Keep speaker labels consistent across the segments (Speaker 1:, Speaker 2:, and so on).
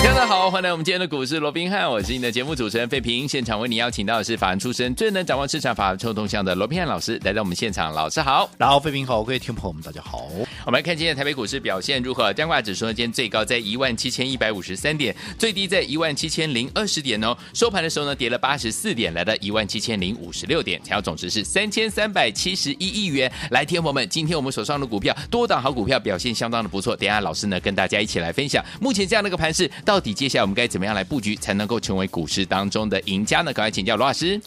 Speaker 1: 大家好，欢迎来我们今天的股市罗宾汉，我是你的节目主持人费平。现场为你邀请到的是法案出身、最能掌握市场法律臭动向的罗宾汉老师，来到我们现场。老师好，
Speaker 2: 然后，费平好，各位听众朋友们，大家好。
Speaker 1: 我们来看今天的台北股市表现如何？加挂指数呢，今天最高在17,153点，最低在17,020点哦。收盘的时候呢，跌了84点，来到17,056点，成交总值是3,371亿元。来，听众朋友们，今天我们手上的股票多档好股票表现相当的不错，等一下老师呢跟大家一起来分享，目前这样的一个盘势，到底接下来我们该怎么样来布局，才能够成为股市当中的赢家呢？赶快请教罗老师。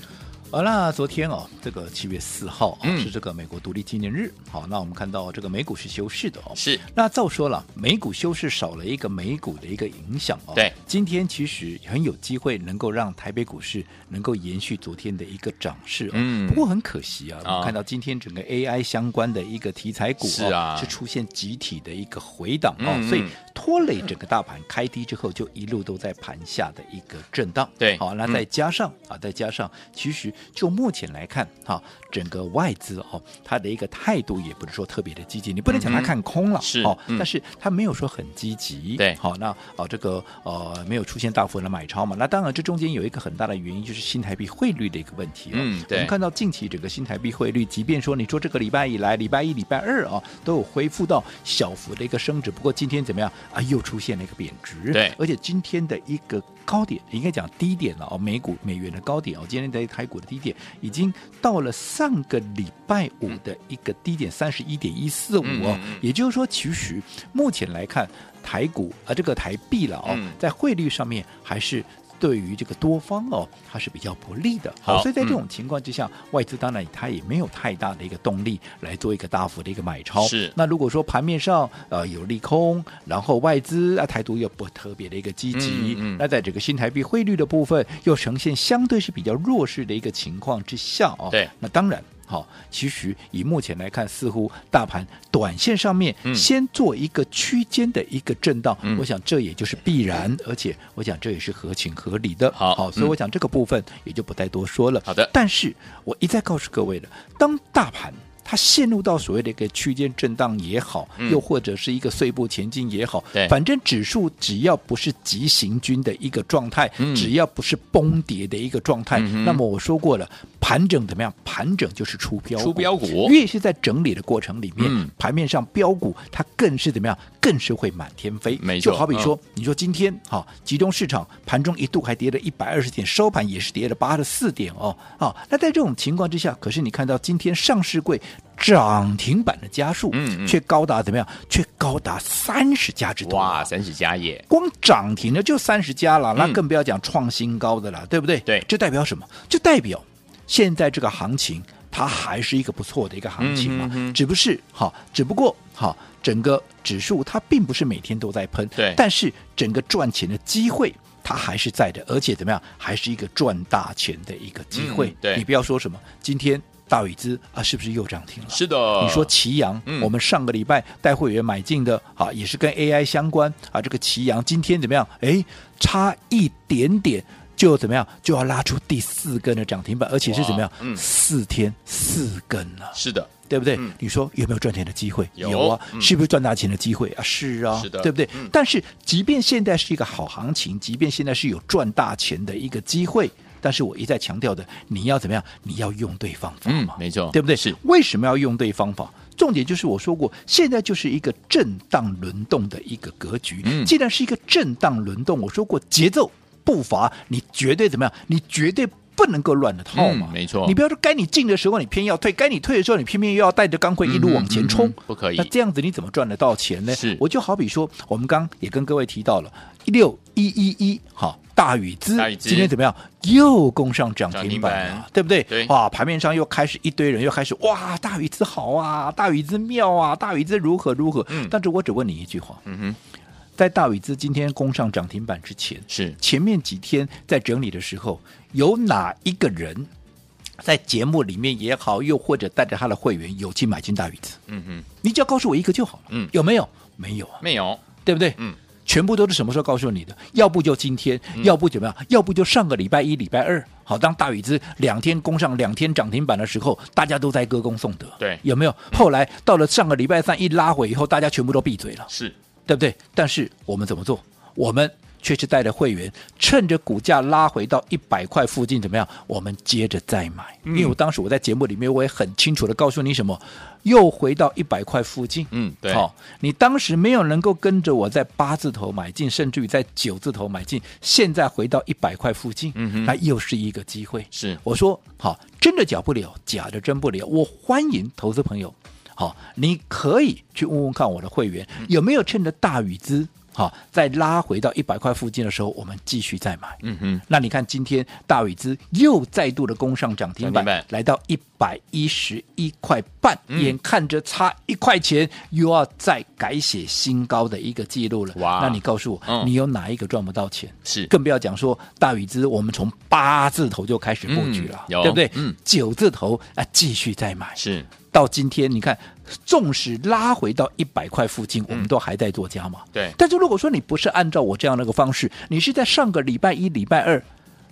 Speaker 2: 好，那昨天哦，这个七月四号、啊
Speaker 1: 嗯
Speaker 2: 是这个美国独立纪念日。好，那我们看到这个美股是休市的哦。
Speaker 1: 是
Speaker 2: 那照说了，美股休市少了一个美股的一个影响哦。
Speaker 1: 对，
Speaker 2: 今天其实很有机会能够让台北股市能够延续昨天的一个涨势哦。
Speaker 1: 嗯
Speaker 2: 不过很可惜啊，我
Speaker 1: 啊
Speaker 2: 们看到今天整个 AI 相关的一个题材股、哦、
Speaker 1: 是啊
Speaker 2: 是出现集体的一个回档哦，
Speaker 1: 嗯嗯
Speaker 2: 所以拖累整个大盘开低之后就一路都在盘下的一个震荡。
Speaker 1: 对
Speaker 2: 好，那
Speaker 1: 嗯
Speaker 2: 再加上、啊，再加上，其实就目前来看，哈、整个外资哦，它的一个态度也不是说特别的积极，你不能讲它
Speaker 1: 嗯哼
Speaker 2: 看空了，
Speaker 1: 是
Speaker 2: 哦，
Speaker 1: 嗯
Speaker 2: 但是它没有说很积极，
Speaker 1: 对
Speaker 2: 好、那哦，这个呃没有出现大幅的买超嘛，那当然这中间有一个很大的原因就是新台币汇率的一个问题、哦，
Speaker 1: 嗯对
Speaker 2: 我们看到近期整个新台币汇率，即便说你说这个礼拜以来，礼拜一、礼拜二啊、都有恢复到小幅的一个升值，不过今天怎么样啊，又出现了一个贬值，
Speaker 1: 对
Speaker 2: 而且今天的一个高点，应该讲低点了哦，美股美元的高点哦，今天的台股的低点已经到了上个礼拜五的一个低点三十一点一四五
Speaker 1: 嗯
Speaker 2: 哦
Speaker 1: 嗯嗯，
Speaker 2: 也就是说，其实目前来看，台股啊这个台币了哦
Speaker 1: 嗯，
Speaker 2: 在汇率上面还是。对于这个多方哦，它是比较不利的。哦
Speaker 1: 好
Speaker 2: 所以在这
Speaker 1: 嗯
Speaker 2: 种情况之下，外资当然它也没有太大的一个动力来做一个大幅的一个买超。
Speaker 1: 是
Speaker 2: 那如果说盘面上呃有利空，然后外资啊台独又不特别的一个积极，
Speaker 1: 嗯嗯
Speaker 2: 那在这个新台币汇率的部分又呈现相对是比较弱势的一个情况之下哦，
Speaker 1: 对，
Speaker 2: 那当然。好，其实以目前来看，似乎大盘短线上面
Speaker 1: 嗯
Speaker 2: 先做一个区间的一个震荡，
Speaker 1: 嗯
Speaker 2: 我想这也就是必然，而且我想这也是合情合理的。
Speaker 1: 好
Speaker 2: 所以
Speaker 1: 嗯
Speaker 2: 我想这个部分也就不再多说了。
Speaker 1: 好的
Speaker 2: 但是我一再告诉各位了，当大盘它陷入到所谓的一个区间震荡也好，
Speaker 1: 嗯
Speaker 2: 又或者是一个碎步前进也好，
Speaker 1: 对
Speaker 2: 反正指数只要不是急行军的一个状态，
Speaker 1: 嗯
Speaker 2: 只要不是崩跌的一个状态，
Speaker 1: 嗯哼
Speaker 2: 那么我说过了，盘整怎么样？盘整就是出标
Speaker 1: 出标股
Speaker 2: 越是在整理的过程里面，
Speaker 1: 嗯
Speaker 2: 盘面上标股它更是怎么样？更是会满天飞。
Speaker 1: 没错嗯
Speaker 2: 就好比说，你说今天哈、集中市场盘中一度还跌了一百二十点，收盘也是跌了八十四点哦。好、那在这种情况之下，可是你看到今天上市柜涨停板的家数，
Speaker 1: 嗯嗯
Speaker 2: 却高达怎么样？却高达三十家之多啊。
Speaker 1: 哇，三十加耶，
Speaker 2: 光涨停的就三十家了，那
Speaker 1: 嗯
Speaker 2: 更不要讲创新高的了，对不对？
Speaker 1: 对
Speaker 2: 这代表什么？就代表现在这个行情，它还是一个不错的一个行情嘛，
Speaker 1: 嗯哼哼
Speaker 2: 只不是好，只不过好，整个指数它并不是每天都在喷，
Speaker 1: 对
Speaker 2: 但是整个赚钱的机会。它还是在的，而且怎么样，还是一个赚大钱的一个机会。
Speaker 1: 嗯对
Speaker 2: 你不要说什么，今天大禹资啊，是不是又涨停了？
Speaker 1: 是的，
Speaker 2: 你说奇阳，
Speaker 1: 嗯
Speaker 2: 我们上个礼拜带会员买进的啊，也是跟 AI 相关啊。这个奇阳今天怎么样？哎，差一点点就怎么样，就要拉出第四根的涨停板，而且是怎么样
Speaker 1: 哇？嗯
Speaker 2: 四天四根了、
Speaker 1: 是的，
Speaker 2: 对不对？
Speaker 1: 嗯
Speaker 2: 你说有没有赚钱的机会？
Speaker 1: 有
Speaker 2: 啊，
Speaker 1: 嗯
Speaker 2: 是不是赚大钱的机会啊？是啊，
Speaker 1: 是的
Speaker 2: 对不对？
Speaker 1: 嗯
Speaker 2: 但是即便现在是一个好行情，即便现在是有赚大钱的一个机会，但是我一再强调的，你要怎么样？你要用对方法
Speaker 1: 嗯
Speaker 2: 嘛，，
Speaker 1: 没错，
Speaker 2: 对不对？
Speaker 1: 是，
Speaker 2: 为什么要用对方法？重点就是我说过，现在就是一个震荡轮动的一个格局。
Speaker 1: 嗯
Speaker 2: 既然是一个震荡轮动，我说过节奏步伐，你绝对怎么样？你绝对。不能够乱了套嘛、
Speaker 1: 嗯没错
Speaker 2: 你不要说该你进的时候你偏要退，该你退的时候你偏偏又要带着钢盔一路往前
Speaker 1: 嗯
Speaker 2: 冲，
Speaker 1: 嗯嗯不可以
Speaker 2: 那这样子你怎么赚得到钱呢？
Speaker 1: 是
Speaker 2: 我就好比说，我们刚刚也跟各位提到了六一一一，好，大禹资
Speaker 1: 大禹资
Speaker 2: 今天怎么样？又攻上涨
Speaker 1: 涨停
Speaker 2: 停
Speaker 1: 板
Speaker 2: 板了、对不对？
Speaker 1: 对
Speaker 2: 哇，盘面上又开始一堆人又开始哇，大禹之好啊，大禹之妙啊，大禹之如何如何。
Speaker 1: 嗯
Speaker 2: 但是我只问你一句话，
Speaker 1: 嗯哼，
Speaker 2: 在大禹之今天攻上涨停板之前，
Speaker 1: 是
Speaker 2: 前面几天在整理的时候，有哪一个人在节目里面也好，又或者带着他的会员有去买进大禹资，
Speaker 1: 嗯哼，
Speaker 2: 你只要告诉我一个就好了。
Speaker 1: 嗯
Speaker 2: 有没有？没有啊，
Speaker 1: 没有，
Speaker 2: 对不对？
Speaker 1: 嗯，
Speaker 2: 全部都是什么时候告诉你的？要不就今天，要不怎么样？要不就上个礼拜一、礼拜二。好，当大禹资两天攻上两天涨停板的时候，大家都在歌功颂德，
Speaker 1: 对
Speaker 2: 有没有？后来到了上个礼拜三一拉回以后，大家全部都闭嘴了，
Speaker 1: 是
Speaker 2: 对不对？但是我们怎么做？我们却是带着会员，趁着股价拉回到一百块附近，怎么样？我们接着再买，
Speaker 1: 嗯
Speaker 2: 因为我当时我在节目里面我也很清楚的告诉你什么，又回到一百块附近，
Speaker 1: 嗯对
Speaker 2: 好、哦你当时没有能够跟着我在八字头买进，甚至于在九字头买进，现在回到一百块附近，
Speaker 1: 嗯哼
Speaker 2: 那又是一个机会，
Speaker 1: 是
Speaker 2: 我说好，真的假不了，假的真不了。我欢迎投资朋友，好，你可以去问问看我的会员
Speaker 1: 嗯
Speaker 2: 有没有趁着大禹资。好，在拉回到一百块附近的时候，我们继续再买。
Speaker 1: 嗯哼，
Speaker 2: 那你看今天大禹资又再度的攻上涨停
Speaker 1: 涨
Speaker 2: 板，
Speaker 1: 停板
Speaker 2: 来到一百一十一块半，
Speaker 1: 嗯
Speaker 2: 眼看着差一块钱又要再改写新高的一个记录了。
Speaker 1: 哇
Speaker 2: 那你告诉我，
Speaker 1: 嗯
Speaker 2: 你有哪一个赚不到钱？
Speaker 1: 是
Speaker 2: 更不要讲说大禹资，我们从八字头就开始布局了，
Speaker 1: 嗯有
Speaker 2: 对不对？
Speaker 1: 嗯
Speaker 2: 九字头啊，继续再买。
Speaker 1: 是
Speaker 2: 到今天，你看，纵使拉回到一百块附近，我们都还在做加码。
Speaker 1: 嗯对
Speaker 2: 但是如果说你不是按照我这样的一个方式，你是在上个礼拜一、礼拜二。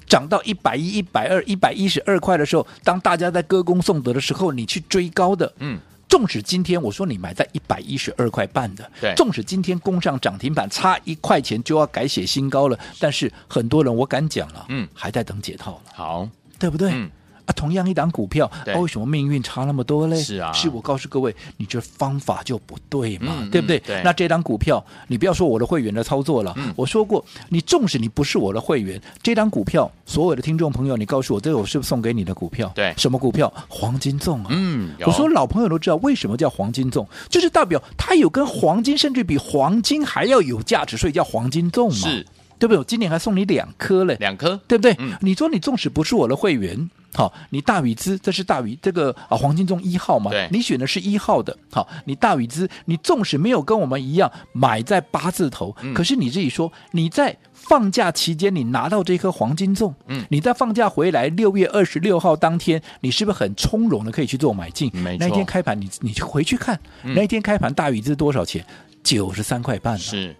Speaker 2: 涨到一百一、一百二、一百一十二块的时候，当大家在歌功颂德的时候，你去追高的，
Speaker 1: 嗯，
Speaker 2: 纵使今天我说你买在一百一十二块半的，
Speaker 1: 对
Speaker 2: 纵使今天攻上涨停板，差一块钱就要改写新高了，但是很多人我敢讲了，
Speaker 1: 嗯
Speaker 2: 还在等解套了，
Speaker 1: 好，
Speaker 2: 对不对？
Speaker 1: 嗯
Speaker 2: 啊，同样一档股票，
Speaker 1: 对
Speaker 2: 啊，为什么命运差那么多嘞？
Speaker 1: 是啊
Speaker 2: 是我告诉各位，你这方法就不对嘛，
Speaker 1: 嗯
Speaker 2: 对不对？
Speaker 1: 嗯对
Speaker 2: 那这档股票，你不要说我的会员的操作了，
Speaker 1: 嗯
Speaker 2: 我说过，你纵使你不是我的会员，这档股票，所有的听众朋友，你告诉我，这是我是不是送给你的股票？
Speaker 1: 对
Speaker 2: 什么股票？黄金粽啊！
Speaker 1: 嗯，有
Speaker 2: 我说老朋友都知道为什么叫黄金粽，就是代表它有跟黄金甚至比黄金还要有价值，所以叫黄金粽嘛，
Speaker 1: 是
Speaker 2: 对不对？我今年还送你两颗嘞，
Speaker 1: 两颗，
Speaker 2: 对不对？
Speaker 1: 嗯
Speaker 2: 你说你纵使不是我的会员，好，你大禹资这是大禹这个啊黄金中一号嘛
Speaker 1: 对，
Speaker 2: 你选的是一号的，好，你大禹资你纵使没有跟我们一样买在八字头，
Speaker 1: 嗯
Speaker 2: 可是你自己说你在。放假期间，你拿到这颗黄金粽，
Speaker 1: 嗯
Speaker 2: 你在放假回来六月二十六号当天，你是不是很从容的可以去做买进？
Speaker 1: 没错嗯
Speaker 2: 那一天开盘你，你就回去看，那一天开盘大禹资多少钱？九十三块半、啊，
Speaker 1: 是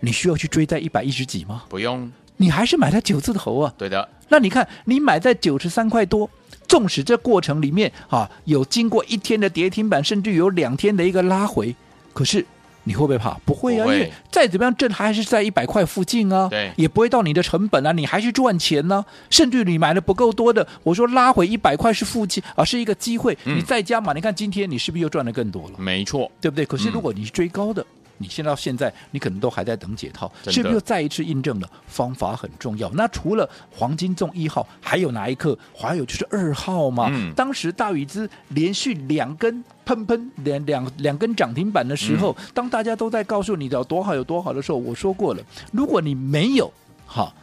Speaker 2: 你需要去追在一百一十几吗？
Speaker 1: 不用，
Speaker 2: 你还是买在九字头啊？
Speaker 1: 对的，
Speaker 2: 那你看，你买在九十三块多，纵使这过程里面啊有经过一天的跌停板，甚至有两天的一个拉回，可是你会不会怕？不会啊，
Speaker 1: 不会
Speaker 2: 因为再怎么样，这还是在一百块附近啊，
Speaker 1: 对
Speaker 2: 也不会到你的成本啊，你还是赚钱呢、甚至你买的不够多的，我说拉回一百块是附近啊，是一个机会，
Speaker 1: 嗯
Speaker 2: 你再加码，你看今天你是不是又赚的更多了？
Speaker 1: 没错，
Speaker 2: 对不对？可是
Speaker 1: 嗯
Speaker 2: 如果你是追高的，你现在到现在，你可能都还在等解套，
Speaker 1: 真的
Speaker 2: 是不是又再一次印证了方法很重要？那除了黄金重一号，还有哪一刻？还有就是二号嘛。
Speaker 1: 嗯
Speaker 2: 当时大禹资连续两根喷喷两两两根涨停板的时候，
Speaker 1: 嗯
Speaker 2: 当大家都在告诉你的多好有多好的时候，我说过了，如果你没有哈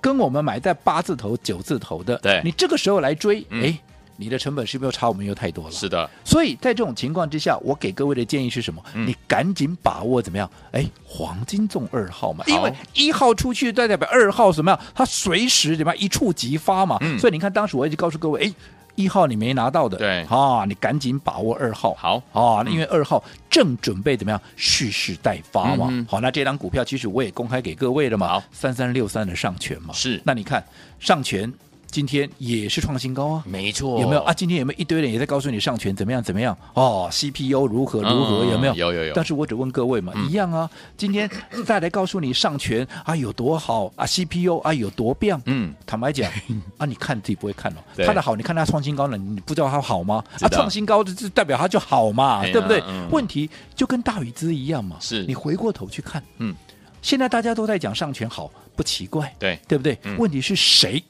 Speaker 2: 跟我们买在八字头、九字头的，
Speaker 1: 对
Speaker 2: 你这个时候来追，
Speaker 1: 嗯
Speaker 2: 哎、你的成本是不是又差我们又太多了？
Speaker 1: 是的，
Speaker 2: 所以在这种情况之下，我给各位的建议是什么？
Speaker 1: 嗯
Speaker 2: 你赶紧把握怎么样？哎，黄金纵二号嘛，
Speaker 1: 好
Speaker 2: 因为一号出去，再代表二号怎么样？它随时怎么样一触即发嘛。
Speaker 1: 嗯
Speaker 2: 所以你看，当时我一直告诉各位，哎，一号你没拿到的，
Speaker 1: 对
Speaker 2: 啊，你赶紧把握二号。
Speaker 1: 好，嗯
Speaker 2: 啊，那因为二号正准备怎么样蓄势待发嘛。
Speaker 1: 嗯哼
Speaker 2: 好，那这张股票其实我也公开给各位了嘛
Speaker 1: 好，
Speaker 2: 三三六三的上权嘛。
Speaker 1: 是
Speaker 2: 那你看上权今天也是创新高啊。
Speaker 1: 没错，
Speaker 2: 有没有啊？？今天有没有一堆人也在告诉你上权怎么样怎么样？哦，CPU 如何如何？
Speaker 1: 嗯
Speaker 2: 有没有？
Speaker 1: 有有嗯有
Speaker 2: 但是我只问各位嘛，一样啊。今天再来告诉你上权啊有多好啊，CPU 啊有多棒。
Speaker 1: 嗯，
Speaker 2: 坦白 讲啊，你看自己不会看哦。
Speaker 1: 对
Speaker 2: 它的好，你看它创新高了，你不知道它好吗？
Speaker 1: 知
Speaker 2: 啊，
Speaker 1: 道
Speaker 2: 创新高就就代表它就好嘛，
Speaker 1: 哎呀
Speaker 2: 对不对
Speaker 1: 嗯？
Speaker 2: 问题就跟大禹资一样嘛。
Speaker 1: 是
Speaker 2: 你回过头去看，
Speaker 1: 嗯，
Speaker 2: 现在大家都在讲上权好，不奇怪，
Speaker 1: 对，
Speaker 2: 对不对
Speaker 1: 嗯？
Speaker 2: 问题是谁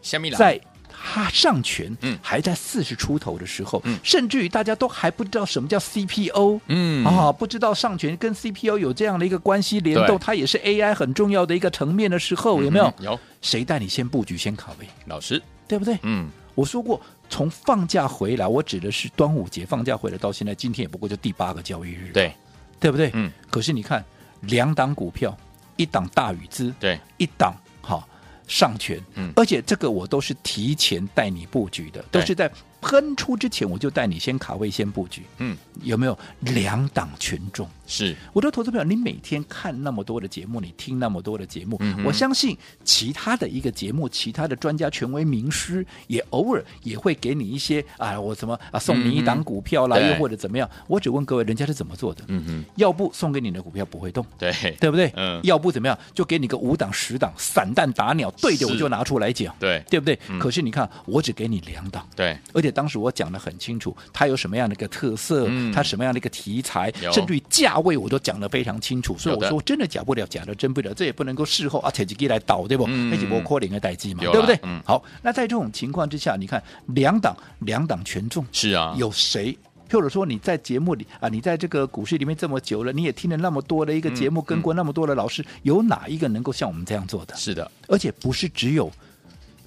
Speaker 1: 虾米啦，
Speaker 2: 在他上权
Speaker 1: 嗯，
Speaker 2: 还在四十出头的时候，
Speaker 1: 嗯
Speaker 2: 甚至于大家都还不知道什么叫 CPO。
Speaker 1: 嗯
Speaker 2: 啊，不知道上权跟 CPO 有这样的一个关系联
Speaker 1: 对
Speaker 2: 动，它也是 AI 很重要的一个层面的时候，有没有
Speaker 1: 嗯？有
Speaker 2: 谁带你先布局、先卡位，
Speaker 1: 老师，
Speaker 2: 对不对？
Speaker 1: 嗯，
Speaker 2: 我说过，从放假回来，我指的是端午节放假回来到现在，今天也不过就第八个交易日，
Speaker 1: 对
Speaker 2: 对不对？
Speaker 1: 嗯。
Speaker 2: 可是你看，两档股票，一档大禹资，
Speaker 1: 对，
Speaker 2: 一档哈、上权，
Speaker 1: 嗯
Speaker 2: 而且这个我都是提前带你布局的，都
Speaker 1: 对
Speaker 2: 是在喷出之前我就带你先卡位先布局，
Speaker 1: 嗯，
Speaker 2: 有没有两档权重？
Speaker 1: 是
Speaker 2: 我的投资朋友，你每天看那么多的节目，你听那么多的节目，
Speaker 1: 嗯哼
Speaker 2: 我相信其他的一个节目，其他的专家、权威名师也偶尔也会给你一些啊，我什么啊，送你
Speaker 1: 嗯
Speaker 2: 一
Speaker 1: 哼
Speaker 2: 档股票啦，
Speaker 1: 对
Speaker 2: 又或者怎么样。我只问各位，人家是怎么做的？
Speaker 1: 嗯哼，
Speaker 2: 要不送给你的股票不会动，
Speaker 1: 对
Speaker 2: 对不对？
Speaker 1: 嗯
Speaker 2: 要不怎么样，就给你个五档、十档散弹打鸟，对的
Speaker 1: 是
Speaker 2: 我就拿出来讲，
Speaker 1: 对
Speaker 2: 对不对？
Speaker 1: 嗯
Speaker 2: 可是你看，我只给你两档。
Speaker 1: 对，
Speaker 2: 而且当时我讲的很清楚，它有什么样的一个特色，
Speaker 1: 嗯
Speaker 2: 它什么样的一个题材
Speaker 1: 有，
Speaker 2: 甚至于价位我都讲得非常清楚。所以
Speaker 1: 有
Speaker 2: 我
Speaker 1: 的
Speaker 2: 说真的假不了，假的真不了，这也不能够事后啊扯几鸡来倒，对不？
Speaker 1: 嗯
Speaker 2: 那是波阔零的代际嘛，
Speaker 1: 有啦
Speaker 2: 对不对？
Speaker 1: 嗯
Speaker 2: 好，那在这种情况之下，你看两档两档权重，
Speaker 1: 是啊，
Speaker 2: 有谁？或者说你在节目里啊，你在这个股市里面这么久了，你也听了那么多的一个节目，
Speaker 1: 嗯
Speaker 2: 跟过那么多的老师，有哪一个能够像我们这样做的？
Speaker 1: 是的，
Speaker 2: 而且不是只有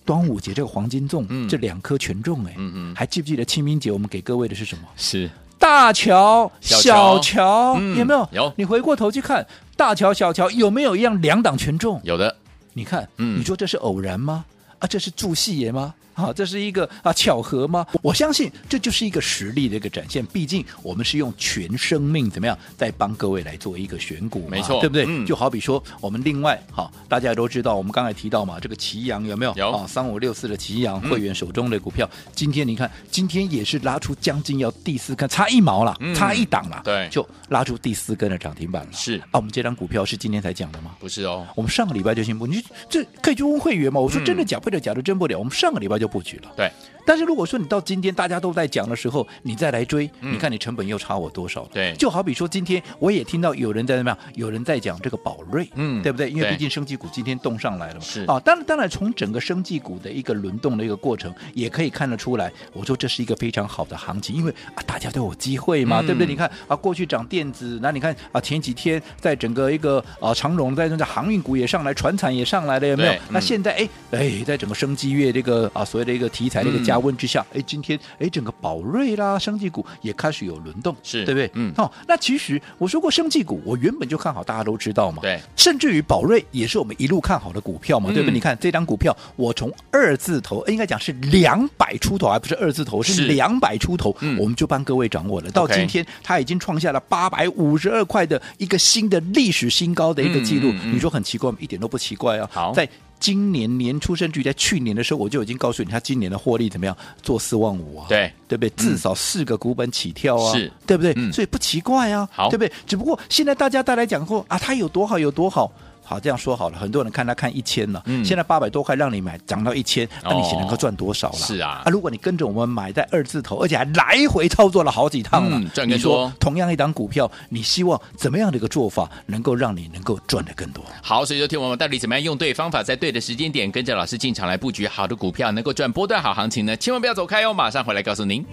Speaker 2: 端午节这个黄金粽、
Speaker 1: 嗯
Speaker 2: 这两颗权重哎、
Speaker 1: 嗯嗯
Speaker 2: 还记不记得清明节我们给各位的是什么？
Speaker 1: 是
Speaker 2: 大乔、
Speaker 1: 小乔
Speaker 2: 小乔，
Speaker 1: 嗯
Speaker 2: 有没有？
Speaker 1: 有
Speaker 2: 你回过头去看大乔、小乔有没有一样两档权重？
Speaker 1: 有的，
Speaker 2: 你看，
Speaker 1: 嗯
Speaker 2: 你说这是偶然吗？啊，这是助戏爷吗？啊，这是一个啊巧合吗？我相信这就是一个实力的一个展现。毕竟我们是用全生命怎么样在帮各位来做一个选股嘛，
Speaker 1: 没错
Speaker 2: 对不对？
Speaker 1: 嗯
Speaker 2: 就好比说我们另外哈、大家也都知道，我们刚才提到嘛，这个祁阳有没有？
Speaker 1: 有
Speaker 2: 啊，三五六四的祁阳
Speaker 1: 嗯
Speaker 2: 会员手中的股票，今天你看，今天也是拉出将近要第四根，差一毛了，
Speaker 1: 嗯
Speaker 2: 差一档了，
Speaker 1: 对
Speaker 2: 就拉出第四根的涨停板了。
Speaker 1: 是
Speaker 2: 啊，我们这张股票是今天才讲的吗？
Speaker 1: 不是哦？
Speaker 2: 我们上个礼拜就宣布，你这可以去问会员嘛？我说
Speaker 1: 嗯
Speaker 2: 真的假不了，假的真不了。我们上个礼拜就布局了。
Speaker 1: 对，
Speaker 2: 但是如果说你到今天大家都在讲的时候，你再来追，
Speaker 1: 嗯
Speaker 2: 你看你成本又差我多少了？
Speaker 1: 对
Speaker 2: 就好比说今天我也听到有人在怎么样，有人在讲这个宝瑞，
Speaker 1: 嗯
Speaker 2: 对不对？因
Speaker 1: 对
Speaker 2: 为毕竟生技股今天动上来了嘛。
Speaker 1: 是
Speaker 2: 啊，当然当然，从整个生技股的一个轮动的一个过程，也可以看得出来，我说这是一个非常好的行情，因为啊大家都有机会嘛，
Speaker 1: 嗯
Speaker 2: 对不对？你看啊，过去涨电子，那你看啊前几天在整个一个啊长荣在那个航运股也上来，船产也上来了，有没有
Speaker 1: 对？
Speaker 2: 那
Speaker 1: 嗯
Speaker 2: 现在哎哎，在整个生技业这个啊所谓的一个题
Speaker 1: 嗯
Speaker 2: 材的一个加温之下，哎、今天哎整个宝瑞啦、生技股也开始有轮动，
Speaker 1: 是
Speaker 2: 对不对？
Speaker 1: 嗯
Speaker 2: 哦，那其实我说过生技股，我原本就看好，大家都知道嘛，
Speaker 1: 对，
Speaker 2: 甚至于宝瑞也是我们一路看好的股票嘛，对不对？
Speaker 1: 嗯
Speaker 2: 你看这张股票，我从二字头，呃应该讲是两百出头，还不是二字头，
Speaker 1: 是
Speaker 2: 是两百出头，
Speaker 1: 嗯
Speaker 2: 我们就帮各位掌握了。到
Speaker 1: OK
Speaker 2: 今天，它已经创下了八百五十二块的一个新的历史新高的一个记录。
Speaker 1: 嗯嗯嗯
Speaker 2: 你说很奇怪吗？一点都不奇怪啊。
Speaker 1: 好
Speaker 2: 在今年年初，甚至于在去年的时候，我就已经告诉你，它今年的获利怎么样，做四万五啊。
Speaker 1: 对，
Speaker 2: 对不对？至少四个股本起跳啊，
Speaker 1: 是
Speaker 2: 对不对？
Speaker 1: 嗯
Speaker 2: 所以不奇怪啊，
Speaker 1: 好
Speaker 2: 对不对？只不过现在大家大来讲过啊，它有多好有多好。好，这样说好了，很多人看它看一千了，
Speaker 1: 嗯
Speaker 2: 现在八百多块让你买，涨到一千，那你
Speaker 1: 哦
Speaker 2: 能够赚多少了？
Speaker 1: 是啊
Speaker 2: 啊，如果你跟着我们买在二字头，而且还来回操作了好几趟了，
Speaker 1: 嗯赚更
Speaker 2: 你
Speaker 1: 多
Speaker 2: 说同样一档股票，你希望怎么样的一个做法能够让你能够赚得更多？
Speaker 1: 好，所以说听我们到底怎么样用对方法，在对的时间点，跟着老师进场来布局好的股票，能够赚波段好行情呢？千万不要走开哦，马上回来告诉您。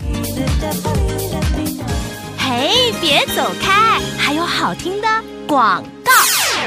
Speaker 3: 嘿，别走开，还有好听的广告。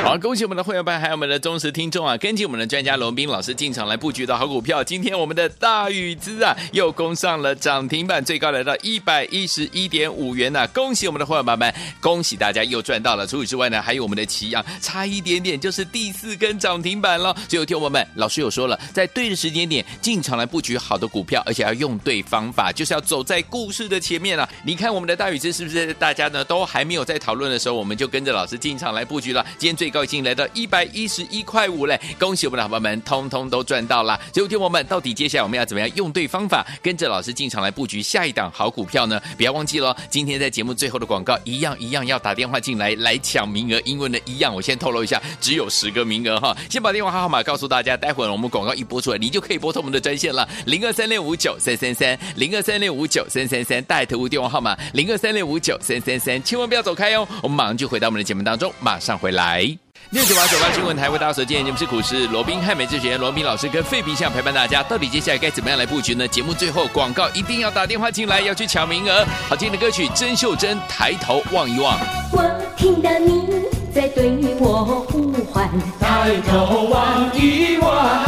Speaker 1: 好，恭喜我们的会员班，还有我们的忠实听众啊！跟进我们的专家龙斌老师进场来布局的好股票，今天我们的大禹资啊又攻上了涨停板，最高来到一百一十一点五元呐、啊恭喜我们的会员班们，恭喜大家又赚到了。除此之外呢，还有我们的奇阳，差一点点就是第四根涨停板了。所以听我们，老师有说了，在对的时间点进场来布局好的股票，而且要用对方法，就是要走在故事的前面啊！你看我们的大禹资是不是大家呢都还没有在讨论的时候，我们就跟着老师进场来布局了？今天最高已经来到一百一十一块五嘞，恭喜我们的好朋友们，通通都赚到了。所以听我们到底接下来我们要怎么样用对方法，跟着老师进场来布局下一档好股票呢？不要忘记了，今天在节目最后的广告一样一样要打电话进来来抢名额，因为呢一样，我先透露一下，只有十个名额哈。先把电话号码告诉大家，待会儿我们广告一播出来，你就可以拨通我们的专线了，零二三六五九三三三，零二三六五九三三三，带头电话号码零二三六五九三三三，千万不要走开哟，我们马上就回到我们的节目当中，马上回来。六九八九八新闻台为大家所见，节目是股市罗宾汉美智学罗宾老师跟费比相陪伴大家，到底接下来该怎么样来布局呢？节目最后广告一定要打电话进来，要去抢名额。好听的歌曲甄秀珍抬头望一望。
Speaker 4: 我听到你在对我呼唤，
Speaker 5: 抬头望一望，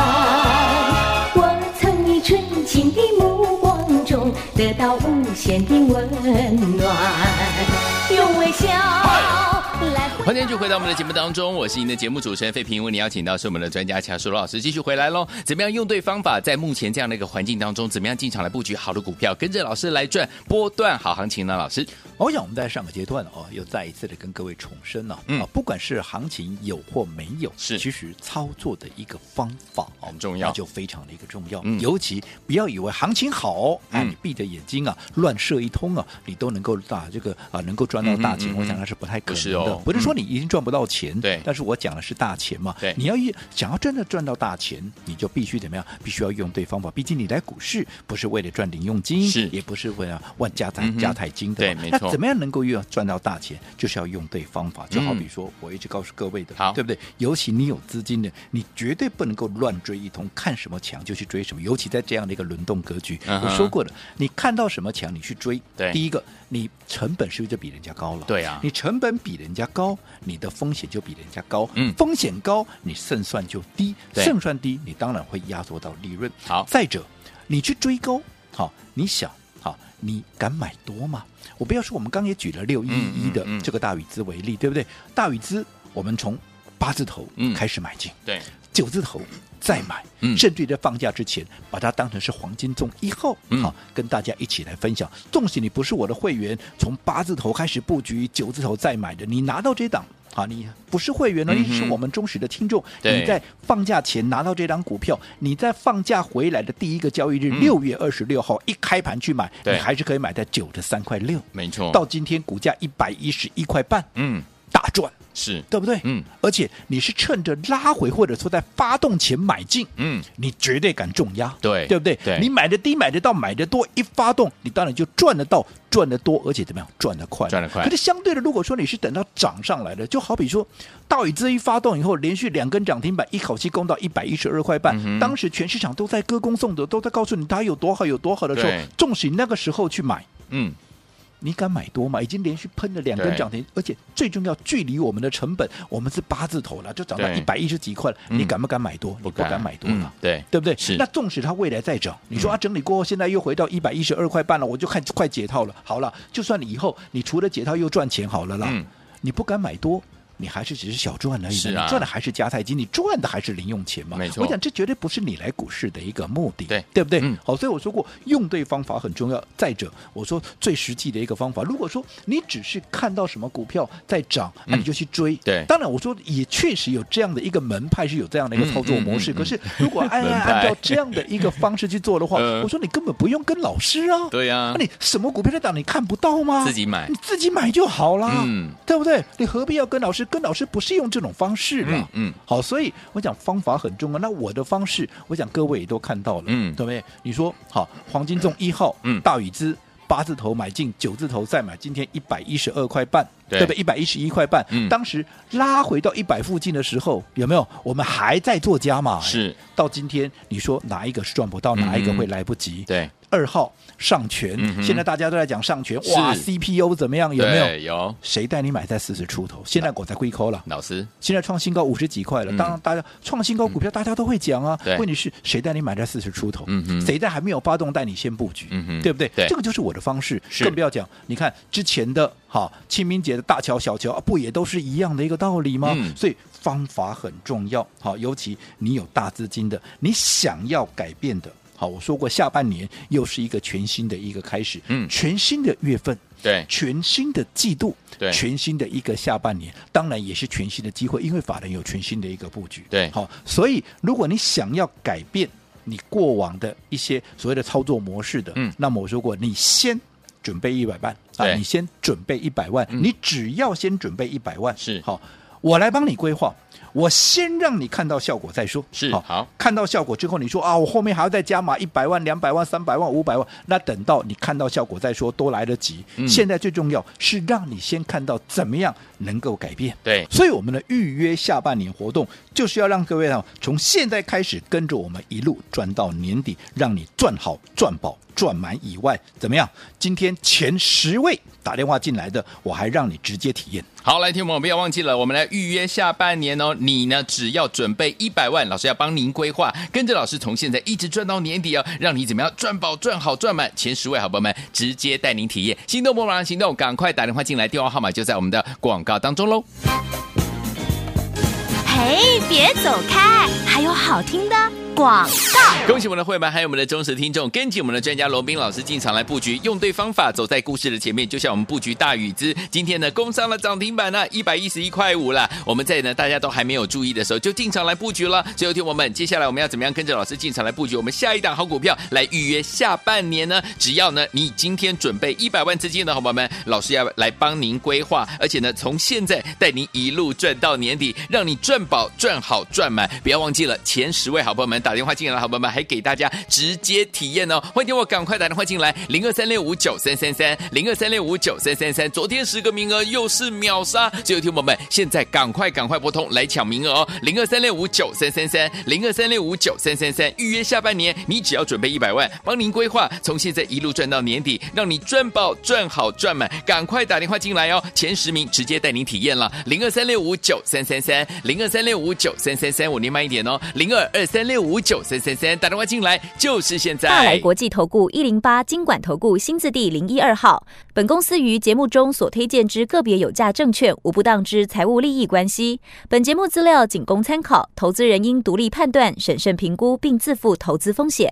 Speaker 4: 我曾于纯情的目光中得到无限的温暖，用微笑来回
Speaker 1: 欢迎继续回到我们的节目当中，我是您的节目主持人费平。为您邀请到是我们的专家乔舒罗老师，继续回来喽。怎么样用对方法，在目前这样的一个环境当中，怎么样进场来布局好的股票，跟着老师来赚波段好行情呢？老师，
Speaker 2: 我想我们在上个阶段哦，又再一次的跟各位重申了、
Speaker 1: 嗯
Speaker 2: 啊，不管是行情有或没有，
Speaker 1: 是
Speaker 2: 其实操作的一个方法哦
Speaker 1: 很重要
Speaker 2: 那就非常的一个重要。
Speaker 1: 嗯
Speaker 2: 尤其不要以为行情好哦，啊，
Speaker 1: 嗯
Speaker 2: 你闭着眼睛啊，乱射一通啊，你都能够打这个啊，能够赚到大钱。
Speaker 1: 嗯嗯嗯嗯
Speaker 2: 我想那是不太可
Speaker 1: 不是
Speaker 2: 能的，
Speaker 1: 哦嗯
Speaker 2: 不是说你一定赚不到钱，
Speaker 1: 对
Speaker 2: 但是我讲的是大钱嘛，
Speaker 1: 对
Speaker 2: 你要一想要真的赚到大钱，你就必须怎么样？必须要用对方法。毕竟你来股市不是为了赚零用金，
Speaker 1: 是
Speaker 2: 也不是为了万家财
Speaker 1: 嗯哼
Speaker 2: 家财金的嘛。
Speaker 1: 对没
Speaker 2: 那
Speaker 1: 错
Speaker 2: 怎么样能够又赚到大钱？就是要用对方法。就好比说，我一直告诉各位的，
Speaker 1: 嗯好
Speaker 2: 对不对？尤其你有资金的，你绝对不能够乱追一通，看什么强就去追什么。尤其在这样的一个轮动格局，
Speaker 1: 嗯哼
Speaker 2: 我说过了，你看到什么强你去追，
Speaker 1: 对
Speaker 2: 第一个你成本是不是就比人家高了？
Speaker 1: 对啊
Speaker 2: 你成本比人家高，你的风险就比人家高，
Speaker 1: 嗯
Speaker 2: 风险高，你胜算就低，
Speaker 1: 对
Speaker 2: 胜算低，你当然会压缩到利润。
Speaker 1: 好
Speaker 2: 再者，你去追高，好，你想，好，你敢买多吗？我不要说，我们刚也举了六一一的
Speaker 1: 嗯嗯嗯
Speaker 2: 这个大禹资为例，对不对？大禹资，我们从八字头
Speaker 1: 嗯
Speaker 2: 开始买进，
Speaker 1: 对，
Speaker 2: 九字头再买，
Speaker 1: 嗯
Speaker 2: 甚至于在放假之前把它当成是黄金中一号，
Speaker 1: 嗯
Speaker 2: 好跟大家一起来分享。纵使你不是我的会员，从八字头开始布局，九字头再买的，你拿到这档。啊，你不是会员哦，
Speaker 1: 嗯哼
Speaker 2: 你是我们忠实的听众。
Speaker 1: 对
Speaker 2: 你在放假前拿到这张股票，你在放假回来的第一个交易日，
Speaker 1: 嗯
Speaker 2: 六、月二十六号一开盘去买，你
Speaker 1: 对哦
Speaker 2: 还是可以买在九十三块六，
Speaker 1: 没错，
Speaker 2: 到今天股价一百一十一块半，
Speaker 1: 嗯
Speaker 2: 大赚。
Speaker 1: 是，
Speaker 2: 对不对？
Speaker 1: 嗯，
Speaker 2: 而且你是趁着拉回或者说在发动前买进，
Speaker 1: 嗯
Speaker 2: 你绝对敢重压，
Speaker 1: 对
Speaker 2: 对不对？
Speaker 1: 对
Speaker 2: 你买的低，买的到，买的多，一发动，你当然就赚得到，赚得多，而且怎么样，赚得快，
Speaker 1: 赚得快
Speaker 2: 可是相对的，如果说你是等到涨上来的，就好比说大禹这一发动以后，连续两根涨停板，一口气攻到一百一十二块
Speaker 1: 嗯
Speaker 2: 半，当时全市场都在歌功颂德，都在告诉你它有多好，有多好的时候
Speaker 1: 对，
Speaker 2: 纵使你那个时候去买，
Speaker 1: 嗯
Speaker 2: 你敢买多吗？已经连续喷了两根
Speaker 1: 对
Speaker 2: 涨停，而且最重要，距离我们的成本，我们是八字头了，就涨到
Speaker 1: 对
Speaker 2: 一百一十几块了，
Speaker 1: 嗯
Speaker 2: 你敢不敢买多？你不敢买多啊
Speaker 1: 嗯
Speaker 2: 了。
Speaker 1: 对
Speaker 2: 对不对？
Speaker 1: 是嗯
Speaker 2: 那纵使它未来再涨，你说啊，整理过后现在又回到一百一十二块半了，我就看快解套了。好了，就算你以后你除了解套又赚钱好了啦，
Speaker 1: 嗯
Speaker 2: 你不敢买多。你还是只是小赚而已嘛，
Speaker 1: 是啊
Speaker 2: 你赚的还是加太金，你赚的还是零用钱嘛。
Speaker 1: 没错
Speaker 2: 我想这绝对不是你来股市的一个目的，
Speaker 1: 对
Speaker 2: 对不对？
Speaker 1: 嗯
Speaker 2: 好，所以我说过，用对方法很重要。再者，我说最实际的一个方法，如果说你只是看到什么股票在涨，那、
Speaker 1: 嗯
Speaker 2: 你就去追。
Speaker 1: 对
Speaker 2: 当然我说也确实有这样的一个门派是有这样的一个操作模
Speaker 1: 嗯
Speaker 2: 式，
Speaker 1: 嗯嗯嗯
Speaker 2: 可是 如果按
Speaker 1: 门派
Speaker 2: 按照这样的一个方式去做的 话，
Speaker 1: 呃
Speaker 2: 我说你根本不用跟老师啊，
Speaker 1: 对呀、
Speaker 2: 那、你什么股票在涨你看不到吗？
Speaker 1: 自己买
Speaker 2: 你自己买就好啦，
Speaker 1: 嗯
Speaker 2: 对不对？你何必要跟老师？跟老师不是用这种方式嘛？
Speaker 1: 嗯嗯
Speaker 2: 好，所以我讲方法很重要。那我的方式，我讲各位也都看到了，
Speaker 1: 嗯
Speaker 2: 对不对？你说好，黄金重一号，
Speaker 1: 嗯
Speaker 2: 大禹资。八字头买进，九字头再买，今天一百一十二块半，
Speaker 1: 对
Speaker 2: 不对？一百一十一块半，
Speaker 1: 嗯
Speaker 2: 当时拉回到一百附近的时候，有没有？我们还在做加码，哎
Speaker 1: 是嗯
Speaker 2: 到今天，你说哪一个是赚不到，哪一个会来不及？
Speaker 1: 对，
Speaker 2: 二号上权，
Speaker 1: 嗯哼
Speaker 2: 现在大家都在讲上权，
Speaker 1: 是
Speaker 2: 哇，CPU 怎么样？有没
Speaker 1: 对
Speaker 2: 有？
Speaker 1: 有
Speaker 2: 谁带你买在四十出头？现在我才归扣了，
Speaker 1: 老师，
Speaker 2: 现在创新高五十几块了。
Speaker 1: 嗯
Speaker 2: 当然，大家创新高股票大家都会讲啊
Speaker 1: 对。
Speaker 2: 问题是谁带你买在四十出头
Speaker 1: 嗯哼？
Speaker 2: 谁在还没有发动带你先布局
Speaker 1: 嗯哼？
Speaker 2: 对不对
Speaker 1: 对？
Speaker 2: 这个就是我的方式，
Speaker 1: 是
Speaker 2: 更不要讲。你看之前的哈清明节的大乔、小乔，啊不也都是一样的一个道理吗
Speaker 1: 嗯？
Speaker 2: 所以方法很重要。好，尤其你有大资金的，你想要改变的。好，我说过，下半年又是一个全新的一个开始，
Speaker 1: 嗯
Speaker 2: 全新的月份，
Speaker 1: 对
Speaker 2: 全新的季度，
Speaker 1: 对
Speaker 2: 全新的一个下半年，当然也是全新的机会，因为法人有全新的一个布局，
Speaker 1: 对
Speaker 2: 好，所以如果你想要改变你过往的一些所谓的操作模式的，
Speaker 1: 嗯
Speaker 2: 那么我说过，你先。准备一百万啊！
Speaker 1: 对嗯
Speaker 2: 你先准备一百万，你只要先准备一百万
Speaker 1: 是
Speaker 2: 好，我来帮你规划，我先让你看到效果再说。
Speaker 1: 是好
Speaker 2: 看到效果之后，你说啊，我后面还要再加码一百万、两百万、三百万、五百万，那等到你看到效果再说，都来得及。
Speaker 1: 嗯
Speaker 2: 现在最重要是让你先看到怎么样能够改变。
Speaker 1: 对，
Speaker 2: 所以我们的预约下半年活动，就是要让各位呢从现在开始跟着我们一路赚到年底，让你赚好、赚饱、赚满以外，怎么样？今天前十位打电话进来的，我还让你直接体验。
Speaker 1: 好，来，听我们不要忘记了，我们来预约下半年哦。你呢，只要准备一百万，老师要帮您规划，跟着老师从现在一直赚到年底哦，让你怎么样赚饱、赚好、赚满。前十位好朋友们直接带您体验，心动不马上行动，赶快打电话进来，电话号码就在我们的广告当中喽。
Speaker 3: 嘿，别走开，还有好听的广告。
Speaker 1: 恭喜我们的会员，还有我们的忠实听众，跟紧我们的专家罗斌老师进场来布局，用对方法，走在故事的前面。就像我们布局大禹资，今天呢攻上了涨停板呢、1一百一十一块五了。我们在呢大家都还没有注意的时候，就进场来布局了。所以，听我们，接下来我们要怎么样跟着老师进场来布局我们下一档好股票？来预约下半年呢？只要呢你今天准备一百万资金的好朋友们，老师要来帮您规划，而且呢从现在带您一路赚到年底，让你赚饱、赚好、赚满。不要忘记了前十位好朋友们打电话进来的好朋友们，还给大家直接体验哦。欢迎我赶快打电话进来，零二三六五九三三三，零二三六五九三三三。昨天十个名额又是秒杀，所有听友们现在赶快赶快拨通来抢名额哦，零二三六五九三三三，零二三六五九三三三。预约下半年，你只要准备一百万，帮您规划，从现在一路赚到年底，让你赚爆、赚好、赚满。赶快打电话进来哦，前十名直接带您体验了，零二三六五九三三三，零二三六五九三三三。我念慢一点哦，零二二三六五九三三三。打电话进来就是现在。
Speaker 6: 大来国际投顾一零八金管投顾新字第零一二号。本公司于节目中所推荐之个别有价证券，无不当之财务利益关系。本节目资料仅供参考，投资人应独立判断、审慎评估，并自负投资风险。